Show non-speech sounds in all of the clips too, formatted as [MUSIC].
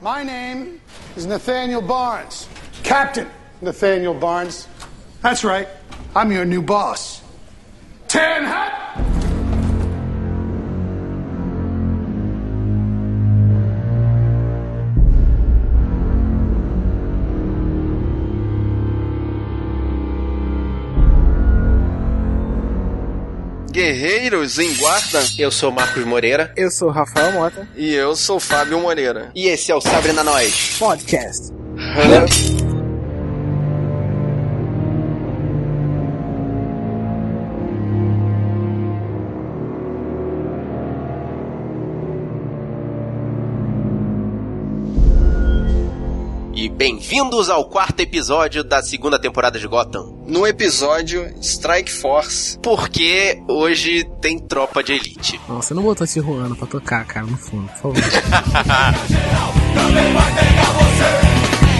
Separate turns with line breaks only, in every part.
My name is Nathaniel Barnes, Captain Nathaniel Barnes. That's right, I'm your new boss. Tan Hut!
Guerreiros em Guarda
Eu sou Marcos Moreira
Eu sou o Rafael Mota,
e eu sou Fábio Moreira.
e esse é o Sabre na Nós.
podcast.
E bem-vindos ao quarto episódio da segunda temporada de Gotham.
No episódio Strike Force,
Porque hoje tem tropa de elite.
Não, você não botou Tijuana pra tocar, cara, no fundo, por favor.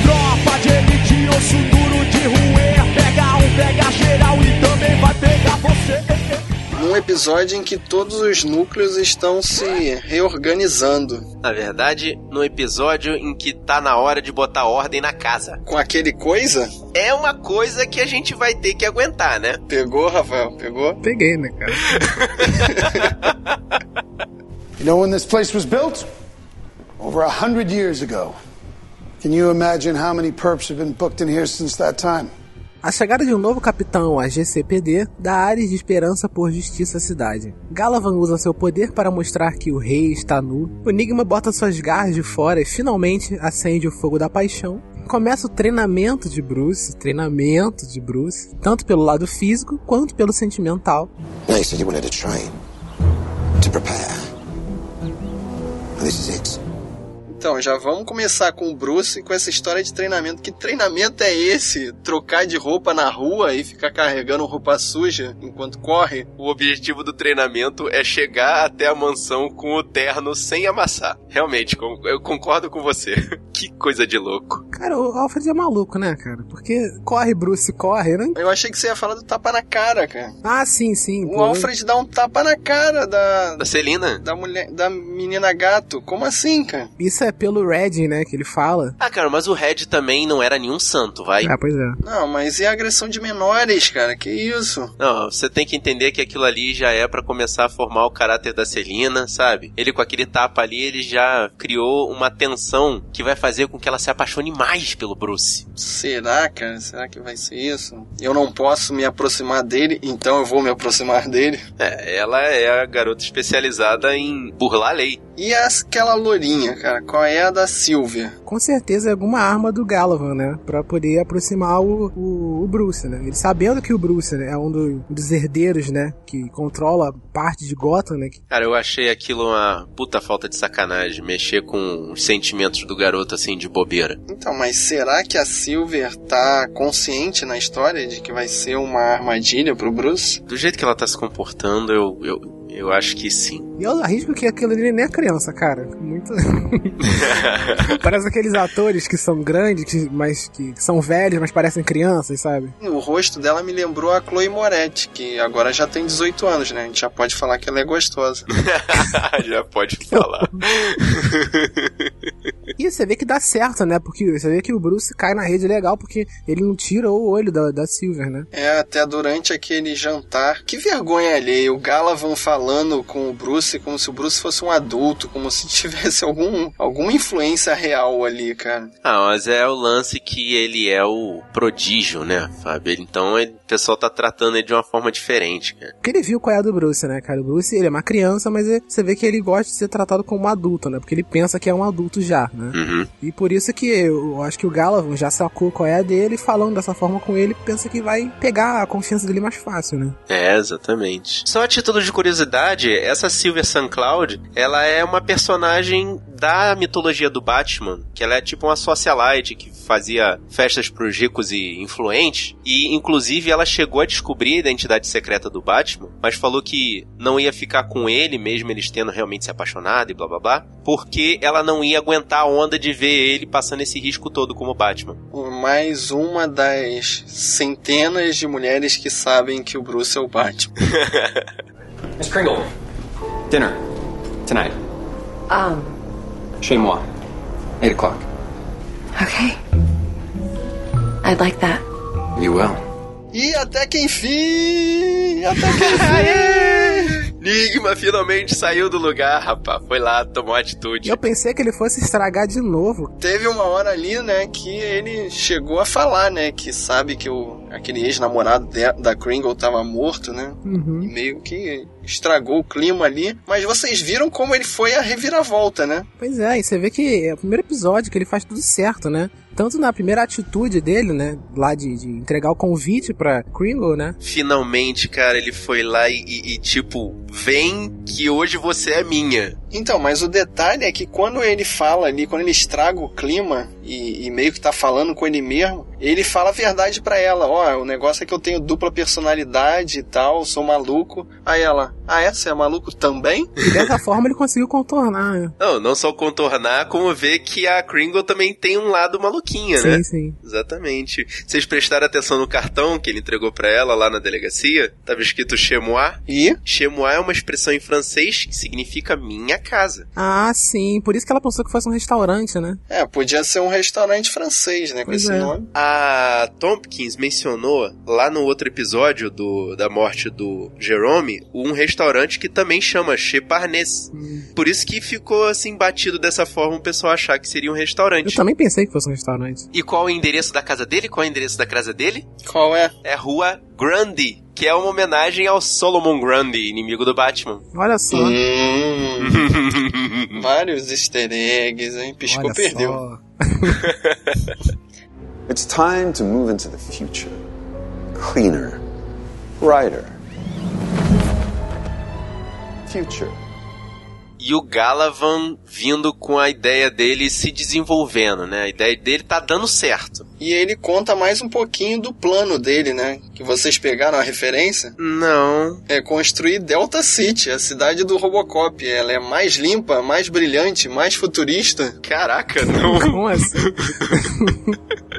Tropa de elite, osso duro de ruê Pega um, pega geral e também vai pegar você
num Um episódio em que todos os núcleos estão se reorganizando
Na verdade, no episódio em que tá na hora de botar ordem na casa.
com aquele coisa.
É uma coisa que a gente vai ter que aguentar, né?
Pegou, Rafael? Pegou?
[LAUGHS] Peguei, né, cara?
You know when this place was built? Over a hundred years ago. Can you imagine how many perps have been booked in here since that time?
A chegada de um novo capitão, a GCPD, dá ares de esperança por justiça à cidade. Galavan usa seu poder para mostrar que o rei está nu. O Enigma bota suas garras de fora e finalmente acende o fogo da paixão. Começa o treinamento de Bruce, treinamento de Bruce, tanto pelo lado físico quanto pelo sentimental.
Now you said you wanted to train, to prepare. And this is it.
Então, já vamos começar com o Bruce e com essa história de treinamento. Que treinamento é esse? Trocar de roupa na rua e ficar carregando roupa suja enquanto corre?
O objetivo do treinamento é chegar até a mansão com o terno sem amassar. Realmente, com- eu concordo com você. [LAUGHS] que coisa de louco.
Cara, o Alfred é maluco, né, cara? Porque corre, Bruce, corre, né?
Eu achei que você ia falar do tapa na cara, cara.
Ah, sim, sim.
O
pô.
Alfred dá um tapa na cara da,
Da Celina?
da mulher, da menina gato. Como assim, cara?
Isso é pelo Red, né, que ele fala.
Ah, cara, mas o Red também não era nenhum santo, vai.
Ah, pois é.
Não, mas e a agressão de menores, cara? Que isso?
Não, você tem que entender que aquilo ali já é pra começar a formar o caráter da Celina, sabe? Ele com aquele tapa ali, ele já criou uma tensão que vai fazer com que ela se apaixone mais pelo Bruce.
Será, cara? Será que vai ser isso? Eu não posso me aproximar dele, então eu vou me aproximar dele.
É, ela é a garota especializada em burlar a lei.
E as- aquela lourinha, cara? Qual é a da Silvia?
Com certeza é alguma arma do Galavan, né? Pra poder aproximar o, o, o Bruce, né? Ele sabendo que o Bruce né, é um do- um dos herdeiros, né? Que controla parte de Gotham, né? que-
Cara, eu achei aquilo uma puta falta de sacanagem, mexer com os sentimentos do garoto assim de bobeira.
Então, mas será que a Silvia tá consciente na história de que vai ser uma armadilha pro Bruce?
Do jeito que ela tá se comportando, eu, eu, eu acho que sim.
E eu arrisco que aquilo ali nem é criança, cara. Muito. Parece aqueles atores que são grandes, que, mas que são velhos, mas parecem crianças, sabe?
O rosto dela me lembrou a Chloe Moretti, que agora já tem 18 anos, né? A gente já pode falar que ela é gostosa.
[LAUGHS] Já pode falar.
E você vê que dá certo, né? Porque você vê que o Bruce cai na rede legal porque ele não tira o olho da, da Silver, né?
É, até durante aquele jantar. Que vergonha alheia, o Galavan falando com o Bruce como se o Bruce fosse um adulto, como se [LAUGHS] tivesse algum, alguma influência real ali, cara.
Ah, mas é o lance que ele é o prodígio, né, Fábio? Ele- Então ele- o pessoal tá tratando ele de uma forma diferente, cara.
Porque ele viu qual é a do Bruce, né, cara? O Bruce, ele é uma criança, mas é- você vê que ele gosta de ser tratado como um adulto, né? Porque ele pensa que é um adulto já, né?
Uhum.
E por isso que eu acho que o Galavan já sacou qual é a dele, e falando dessa forma com ele, pensa que vai pegar a confiança dele mais fácil, né?
É, exatamente. Só a título de curiosidade, essa Silvia St. Cloud, ela é uma personagem da mitologia do Batman, que ela é tipo uma socialite que fazia festas pros ricos e influentes, e inclusive ela chegou a descobrir a identidade secreta do Batman, mas falou que não ia ficar com ele, mesmo eles tendo realmente se apaixonado e blá blá blá, porque ela não ia aguentar a onda de ver ele passando esse risco todo como Batman.
Mais uma das centenas de mulheres que sabem que o Bruce é o Batman.
Miss Kringle, dinner tonight.
Um,
Chez moi. Eight o'clock.
Okay. I'd like that.
You will.
E até que enfim! Até que enfim!
Enigma finalmente saiu do lugar, rapaz. Foi lá, tomou atitude.
Eu pensei que ele fosse estragar de novo.
Teve uma hora ali, né, que ele chegou a falar, né, que sabe que o, aquele ex-namorado de- da Kringle tava morto, né? E meio que estragou o clima ali. Mas vocês viram como ele foi a reviravolta, né?
Pois é, e você vê que é o primeiro episódio que ele faz tudo certo, né? Tanto na primeira atitude dele, né? Lá de, de entregar o convite pra Kringle, né?
Finalmente, cara, ele foi lá e, e- e, tipo, vem que hoje você é minha.
Então, mas o detalhe é que quando ele fala ali, quando ele estraga o clima e, e meio que tá falando com ele mesmo, ele fala a verdade pra ela: Ó, o negócio é que eu tenho dupla personalidade e tal, sou maluco. Aí ela: Ah, é? Você é maluco também?
E dessa forma ele conseguiu contornar, né?
Não, não só contornar, como ver que a Kringle também tem um lado maluquinha, né?
Sim, sim.
Exatamente. Vocês prestaram atenção no cartão que ele entregou pra ela lá na delegacia? Tava escrito Chemois.
E
Chemois é uma expressão em francês que significa minha casa.
Ah, sim. Por isso que ela pensou que fosse um restaurante, né?
é, podia ser um restaurante francês, né? Com
Pois
esse
é.
nome.
A Tompkins mencionou lá no outro episódio do, da morte do Jerome um restaurante que também chama Chez Parnes. Por isso que ficou assim batido dessa forma o pessoal achar que seria um
Eu
restaurante.
também pensei que fosse um restaurante.
E qual é o endereço da casa dele? Qual é o endereço da casa dele?
[LAUGHS]
Qual é?
É Rua Grande, que é uma homenagem ao Solomon Grande, inimigo do Batman.
Olha só.
Hum, vários easter eggs, hein? Piscou,
Olha
perdeu.
só. [LAUGHS]
It's time to move into the future. Cleaner, brighter. Future.
E o Galavan vindo com a ideia dele se desenvolvendo, né? A ideia dele tá dando certo.
E ele conta mais um pouquinho do plano dele, né? Que vocês pegaram a referência.
Não.
É construir Delta City, a cidade do Robocop. Ela é mais limpa, mais brilhante, mais futurista.
Caraca, não,
Como assim?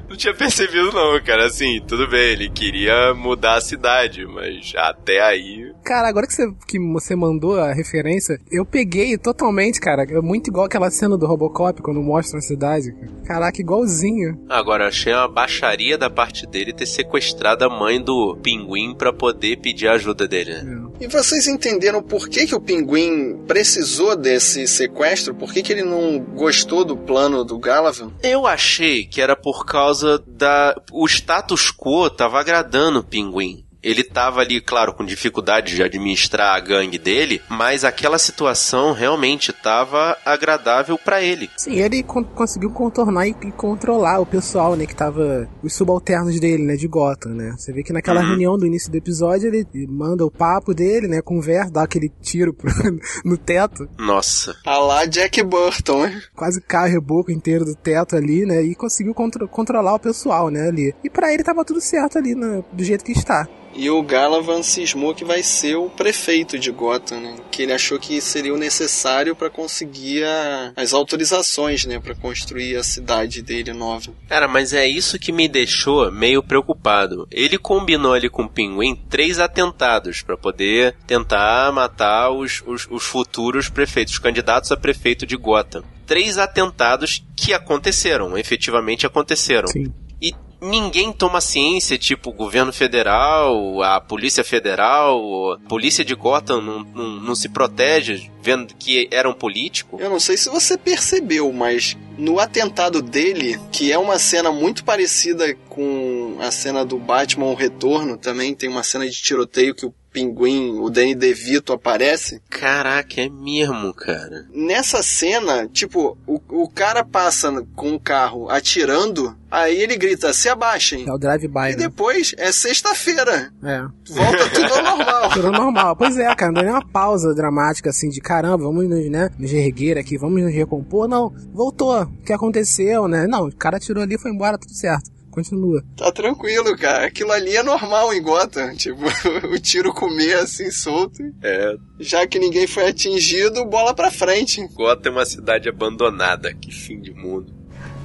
não tinha percebido não, cara. Assim, tudo bem, ele queria mudar a cidade, mas até aí...
Cara, agora que você, que você mandou a referência, eu peguei totalmente, cara. É muito igual aquela cena do Robocop quando mostra a cidade. Caraca, igualzinho.
Agora, achei uma baixaria da parte dele ter sequestrado a mãe do pinguim pra poder pedir a ajuda dele, né?
E vocês entenderam por que, que o Pinguim precisou desse sequestro? Por que, que ele não gostou do plano do Galavan?
Eu achei que era por causa da. O status quo tava agradando o pinguim. Ele tava ali, claro, com dificuldade de administrar a gangue dele, mas aquela situação realmente tava agradável pra ele.
Sim, ele con- conseguiu contornar e, e controlar o pessoal, né? Que tava. Os subalternos dele, né? De Gotham, né? Você vê que
Uhum.
naquela reunião do início do episódio ele ele manda o papo dele, né? Conversa, dá aquele tiro pro- [LAUGHS] no teto.
Nossa.
A lá Jack Burton, hein?
Quase cai o reboco inteiro do teto ali, né? E conseguiu contro- controlar o pessoal, né? Ali. E pra ele tava tudo certo ali, né, do jeito que está.
E o Galavan cismou que vai ser o prefeito de Gotham, né? Que ele achou que seria o necessário para conseguir a- as autorizações, né? Para construir a cidade dele nova.
Cara, mas é isso que me deixou meio preocupado. Ele combinou ali com o pinguim três atentados pra poder tentar matar os, os, os futuros prefeitos, os candidatos a prefeito de Gotham. Três atentados que aconteceram, efetivamente aconteceram.
Sim.
E ninguém toma ciência, tipo, o governo federal, a polícia federal, a polícia de Gotham não, não, não se protege, vendo que era um político.
Eu não sei se você percebeu, mas no atentado dele, que é uma cena muito parecida com a cena do Batman O Retorno, também tem uma cena de tiroteio que o pinguim, o Danny DeVito aparece.
Caraca, é mesmo, cara.
Nessa cena, tipo, o, o cara passa com o carro atirando, aí ele grita, se abaixem.
É o drive-by,
E
né?
depois é sexta-feira.
É.
Volta tudo ao normal.
Tudo normal. Pois é, cara, não é uma pausa dramática assim de caramba, vamos nos, né, nos erguer aqui, vamos nos recompor. Não, voltou. O que aconteceu, né? Não, o cara tirou ali, foi embora, tudo certo. Continua.
[LAUGHS] Tá tranquilo, cara. Aquilo ali é normal em Gotham. Tipo, [LAUGHS] o tiro comer assim solto.
É,
Já que ninguém foi atingido, bola pra frente.
Gotham é uma cidade abandonada, que fim de mundo.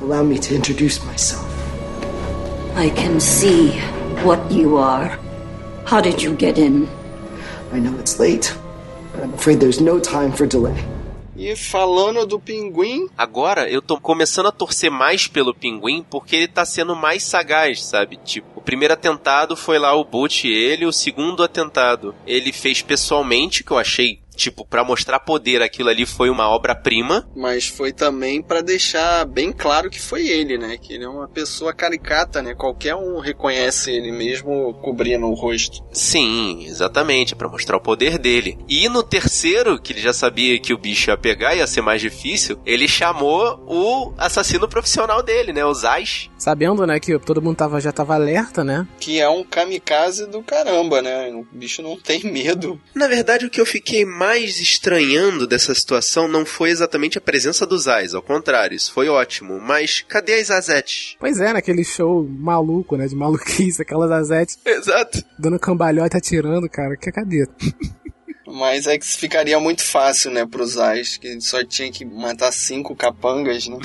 Allow me to introduce myself.
I can see what you are. How did you get in?
I know it's late, but I'm afraid there's no time for delay.
E E falando do pinguim,
Agora eu tô começando a torcer mais pelo pinguim porque ele tá sendo mais sagaz, sabe? Tipo, o primeiro atentado foi lá o Bolt e ele, o segundo atentado ele fez pessoalmente, que eu achei, tipo, pra mostrar poder, aquilo ali foi uma obra-prima.
mas foi também pra deixar bem claro que foi ele, né? Que ele é uma pessoa caricata, né? Qualquer um reconhece ele mesmo cobrindo o rosto.
Sim, exatamente, pra mostrar o poder dele. E no terceiro, que ele já sabia que o bicho ia pegar, ia ser mais difícil, ele chamou o assassino profissional dele, né? O Zais.
Sabendo, né, que todo mundo tava, já tava alerta, né?
Que é um kamikaze do caramba, né? O bicho não tem medo.
Na verdade, o que eu fiquei mais estranhando dessa situação não foi exatamente a presença dos Ais, ao contrário, isso foi ótimo. Mas cadê as Azetes?
Pois é, naquele show maluco, né, de maluquice, aquelas azetes
Exato.
dando cambalhota, atirando, cara, que cadê?
Mas é que ficaria muito fácil, né, pros Ais, que só tinha que matar cinco capangas, né?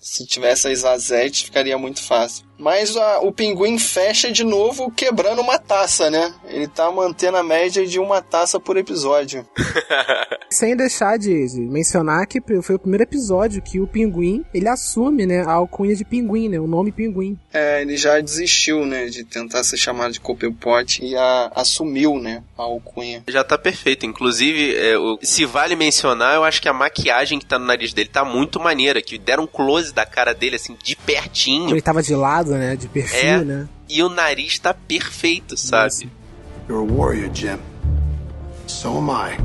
Se tivesse as Azete, ficaria muito fácil. Mas a- o pinguim fecha de novo quebrando uma taça, né? Ele tá mantendo a média de uma taça por episódio.
Sem deixar de, de mencionar que foi o primeiro episódio que o pinguim, ele assume, né, a alcunha de pinguim, né, o nome pinguim.
É, ele já desistiu, né, de tentar ser chamado de Copelpot e a- assumiu, né, a alcunha.
Já tá perfeito. Inclusive, é, o- se vale mencionar, eu acho que a maquiagem que tá no nariz dele tá muito maneira, que deram um close da cara dele, assim, de pertinho.
Ele tava de lado, né, de perfil,
É.
né?
E o nariz tá perfeito, sabe?
You're a warrior, Jim. So am I.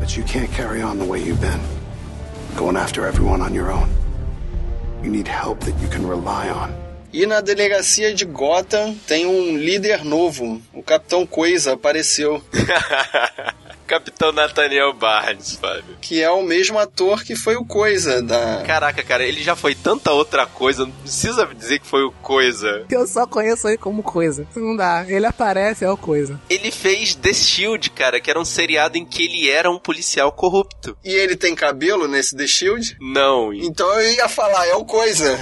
But you can't carry on the way you've been, going after everyone on your own. You need help that you can rely on.
E na delegacia de Gotham tem um líder novo. O Capitão Coisa apareceu.
Capitão Nathaniel Barnes, Fábio.
que é o mesmo ator que foi o Coisa da.
Caraca, cara, ele já foi tanta outra coisa, não precisa dizer que foi o coisa.
Eu só conheço ele como coisa. Não dá. Ele aparece, é o coisa.
Ele fez The Shield, cara, que era um seriado em que ele era um policial corrupto.
E ele tem cabelo nesse The Shield?
Não,
Então eu ia falar, é o Coisa.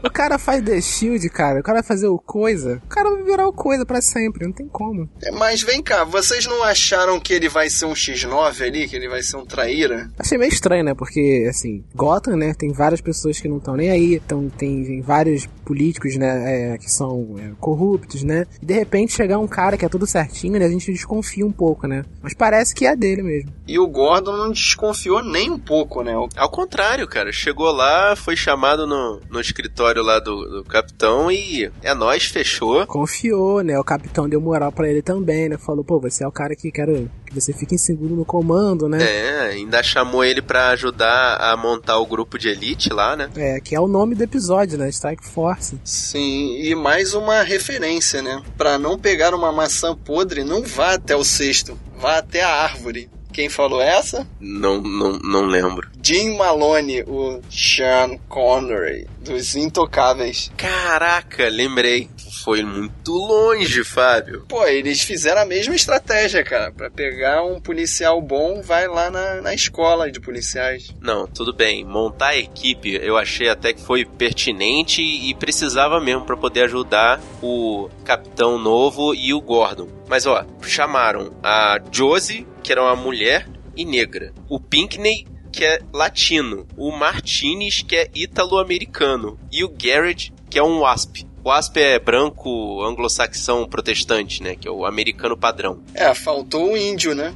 O cara faz The Shield, cara. O cara vai fazer o coisa. O cara vai virar o coisa pra sempre. Não tem como.
É, Mas vem cá, vocês não acharam que ele vai ser um X9 ali? Que ele vai ser um traíra?
Achei meio estranho, né? Porque, assim, Gotham, né? Tem várias pessoas que não estão nem aí. Então, tem, tem vários políticos, né? é, que são é, corruptos, né? E, de repente, chegar um cara que é tudo certinho, né? A gente desconfia um pouco, né? Mas parece que é dele mesmo.
E o Gordon não desconfiou nem um pouco, né? O-
Ao contrário, cara, chegou lá, foi chamado no, no escritório lá do, do capitão e é nós fechou.
Confiou, né? O capitão deu moral pra ele também, né? Falou, pô, você é o cara que quero que você fique em segundo no comando, né?
É, ainda chamou ele pra ajudar a montar o grupo de elite lá, né?
É, que é o nome do episódio, né? Strike Force.
Sim, e mais uma referência, né? Pra não pegar uma maçã podre, não vá até o cesto, vá até a árvore. Quem falou essa?
Não, não, não lembro.
Jim Malone, o Sean Connery, dos Intocáveis.
Caraca, lembrei. Foi muito longe, Fábio.
Pô, eles fizeram a mesma estratégia, cara. Pra pegar um policial bom, vai lá na, na escola de policiais.
Não, tudo bem. Montar a equipe eu achei até que foi pertinente e precisava mesmo pra poder ajudar o Capitão Novo e o Gordon. Mas ó, chamaram a Josie, que era uma mulher e negra. O Pinkney, que é latino. O Martinez, que é ítalo-americano. E o Garrett, que é um WASP. O WASP é branco anglo-saxão protestante, né? Que é o americano padrão.
É, faltou o índio, [LAUGHS] né?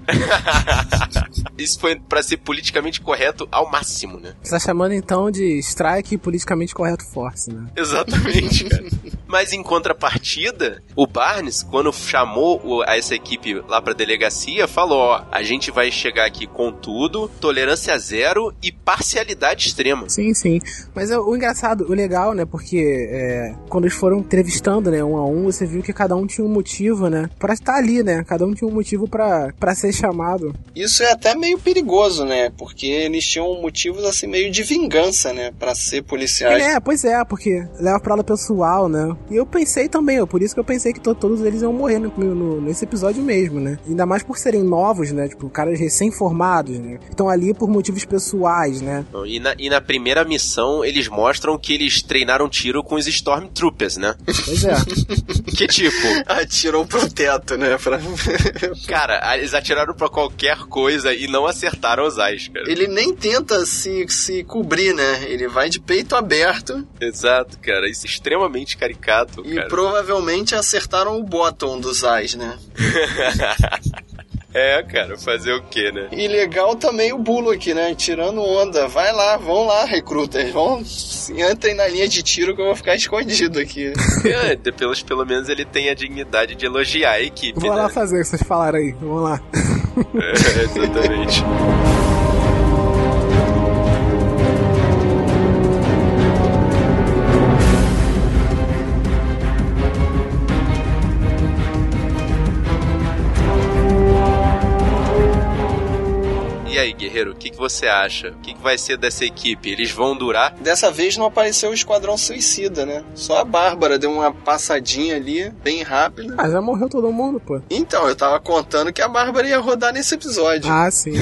Isso foi pra ser politicamente correto ao máximo, né?
Você tá chamando então de Strike Politicamente Correto Force, né? [LAUGHS]
Exatamente, cara. Mas em contrapartida, o Barnes, quando chamou o- a essa equipe lá pra delegacia, falou: ó, a gente vai chegar aqui com tudo, tolerância zero e parcialidade extrema.
Sim, sim. Mas é o engraçado, o legal, né? Porque é, quando eles foram entrevistando, né, um a um, você viu que cada um tinha um motivo, né? Pra estar ali, né? Cada um tinha um motivo pra, pra ser chamado.
Isso é até meio perigoso, né? Porque eles tinham motivos assim meio de vingança, né? Pra ser
É,
policiais.
né, pois é, porque leva pra aula pessoal, né? E eu pensei também, ó, por isso que eu pensei que to- todos eles iam morrer no- no- nesse episódio mesmo, né? Ainda mais por serem novos, né? Tipo, caras recém-formados, né? Estão ali por motivos pessoais, né?
E na, e na primeira missão, eles mostram que eles treinaram tiro com os Clippers, né?
Pois é.
[LAUGHS] Que tipo,
[LAUGHS] Atirou pro teto, né? pra-
cara, eles atiraram pra qualquer coisa e não acertaram os ais, cara.
[LAUGHS] Ele nem tenta se, se cobrir, né? Ele vai de peito aberto
Exato, cara. Isso é extremamente caricato,
e
cara.
provavelmente acertaram o bottom dos Ais, né?
É, cara, fazer o quê, né?
E legal também o Bullock, né? Tirando onda. Vai lá, vão lá, recrutas. Vão, entrem na linha de tiro que eu vou ficar escondido aqui.
É, de- pelos, pelo menos ele tem a dignidade de elogiar a equipe,
Vou
né?
lá fazer o que vocês falaram aí. Vamos lá.
[LAUGHS]
[LAUGHS]
É, exatamente. E aí, guerreiro, o que, que você acha? O que, que vai ser dessa equipe? Eles vão durar?
Dessa vez não apareceu o Esquadrão Suicida, né? Só a Bárbara deu uma passadinha ali, bem rápida.
Ah, já morreu todo mundo, pô.
Então, eu tava contando que a Bárbara ia rodar nesse episódio.
Ah, sim.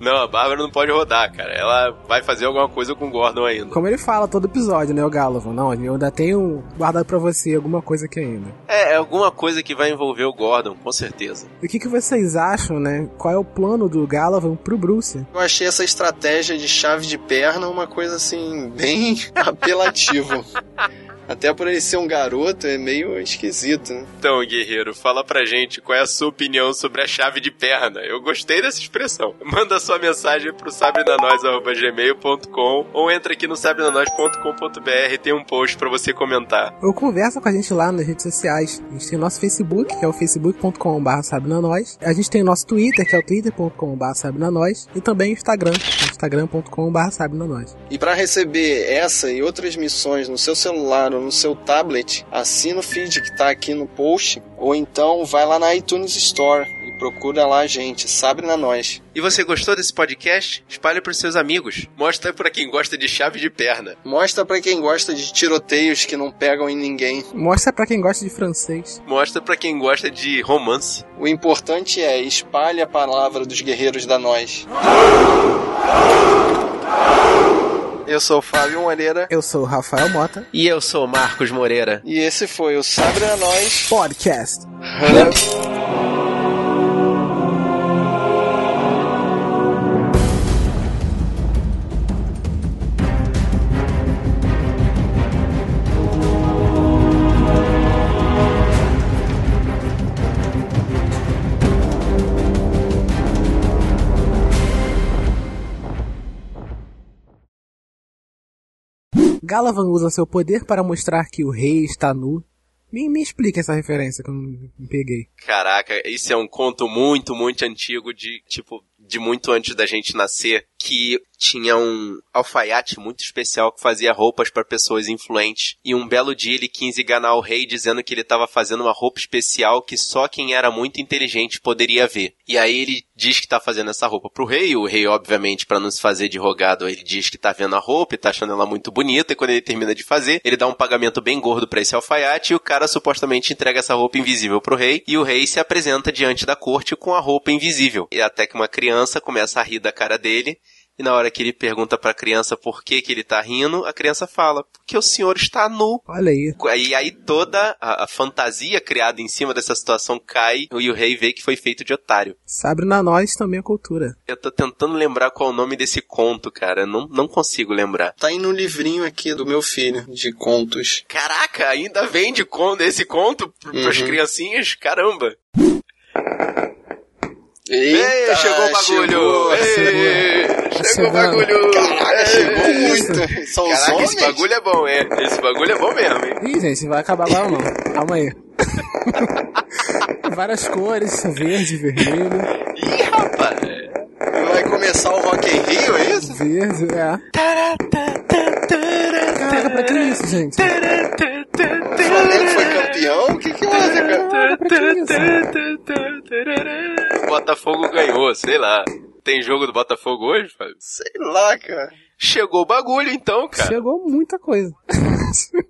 Não, a Bárbara não pode rodar, cara. Ela vai fazer alguma coisa com o Gordon ainda.
Como ele fala todo episódio, né, o Galavan? Não, eu ainda tenho guardado pra você alguma coisa aqui ainda.
É, é alguma coisa que vai envolver o Gordon, com certeza.
E o que, que vocês acham, né? Qual é o plano do Galavan pro Bruce?
Eu achei essa estratégia de chave de perna uma coisa assim, bem [LAUGHS] apelativo. Até por ele ser um garoto, é meio esquisito, né?
Então, guerreiro, fala pra gente qual é a sua opinião sobre a chave de perna. Eu gostei dessa expressão. [LAUGHS] Manda sua mensagem pro sabrenanois.gmail.com ou entra aqui no sabrenanois.com.br tem um post pra você comentar.
Ou conversa com a gente lá nas redes sociais. A gente tem o nosso Facebook, que é o facebook.com.br sabinanóis. A gente tem o nosso Twitter, que é o twitter.com.br sabinanóis. E também o Instagram, que é o instagram.com.br sabinanóis.
E para receber essa e outras missões no seu celular ou no seu tablet, assina o feed que tá aqui no post, ou então vai lá na iTunes Store e procura lá a gente, sabe na nós.
E você gostou desse podcast? Espalhe pros seus amigos. Mostra pra quem gosta de chave de perna.
Mostra pra quem gosta de tiroteios que não pegam em ninguém.
Mostra pra quem gosta de francês.
Mostra pra quem gosta de romance.
O importante é espalhe a palavra dos guerreiros da nós. Eu sou o Fábio Moreira
Eu sou o Rafael Mota.
E eu sou Marcos Moreira.
e esse foi o Sabre na Nós.
Podcast. Galavan usa seu poder para mostrar que o rei está nu. Me, me explica essa referência que eu não não peguei.
Caraca, isso é um conto muito, muito antigo de, tipo, de muito antes da gente nascer, que tinha um alfaiate muito especial que fazia roupas pra pessoas influentes. E um belo dia ele quis enganar o rei dizendo que ele tava fazendo uma roupa especial que só quem era muito inteligente poderia ver. E aí ele diz que tá fazendo essa roupa pro rei, o rei obviamente pra não se fazer de rogado, ele diz que tá vendo a roupa e tá achando ela muito bonita e quando ele termina de fazer, ele dá um pagamento bem gordo pra esse alfaiate e o cara supostamente entrega essa roupa invisível pro rei e o rei se apresenta diante da corte com a roupa invisível. E até que uma criança começa a rir da cara dele e na hora que ele pergunta pra criança por que que ele tá rindo, a criança fala: "Porque o senhor está nu".
Olha aí.
E aí toda a, a fantasia criada em cima dessa situação cai e o rei vê que foi feito de otário.
Sabre na nós também é cultura.
Eu tô tentando lembrar qual é o nome desse conto, cara. Eu Não, não consigo lembrar.
Tá indo um livrinho aqui do meu filho de contos.
Caraca, ainda vende conto, esse conto pr- pras
Uhum.
criancinhas? Caramba.
Eita,
Ei, chegou o bagulho.
Chegou, Tá
Ei, chegou o
Chegando.
bagulho.
Caraca,
Ei,
chegou muito. São os
Caraca, esse
homens?
bagulho é bom, é. Esse bagulho é bom mesmo, hein?
Ih, gente, vai acabar agora ou não? Calma aí. [LAUGHS] Várias cores, verde, vermelho,
Ih, rapaz.
Vai começar o Rock in Rio, é isso?
verde, é. Caraca, pra que isso, gente?
O Flamengo foi campeão? O um que que manda, cara?
Pra que isso?
O Botafogo ganhou, sei lá. Tem jogo do Botafogo hoje, Fábio?
Sei lá, cara.
Chegou o bagulho então, cara.
Chegou muita coisa. [LAUGHS]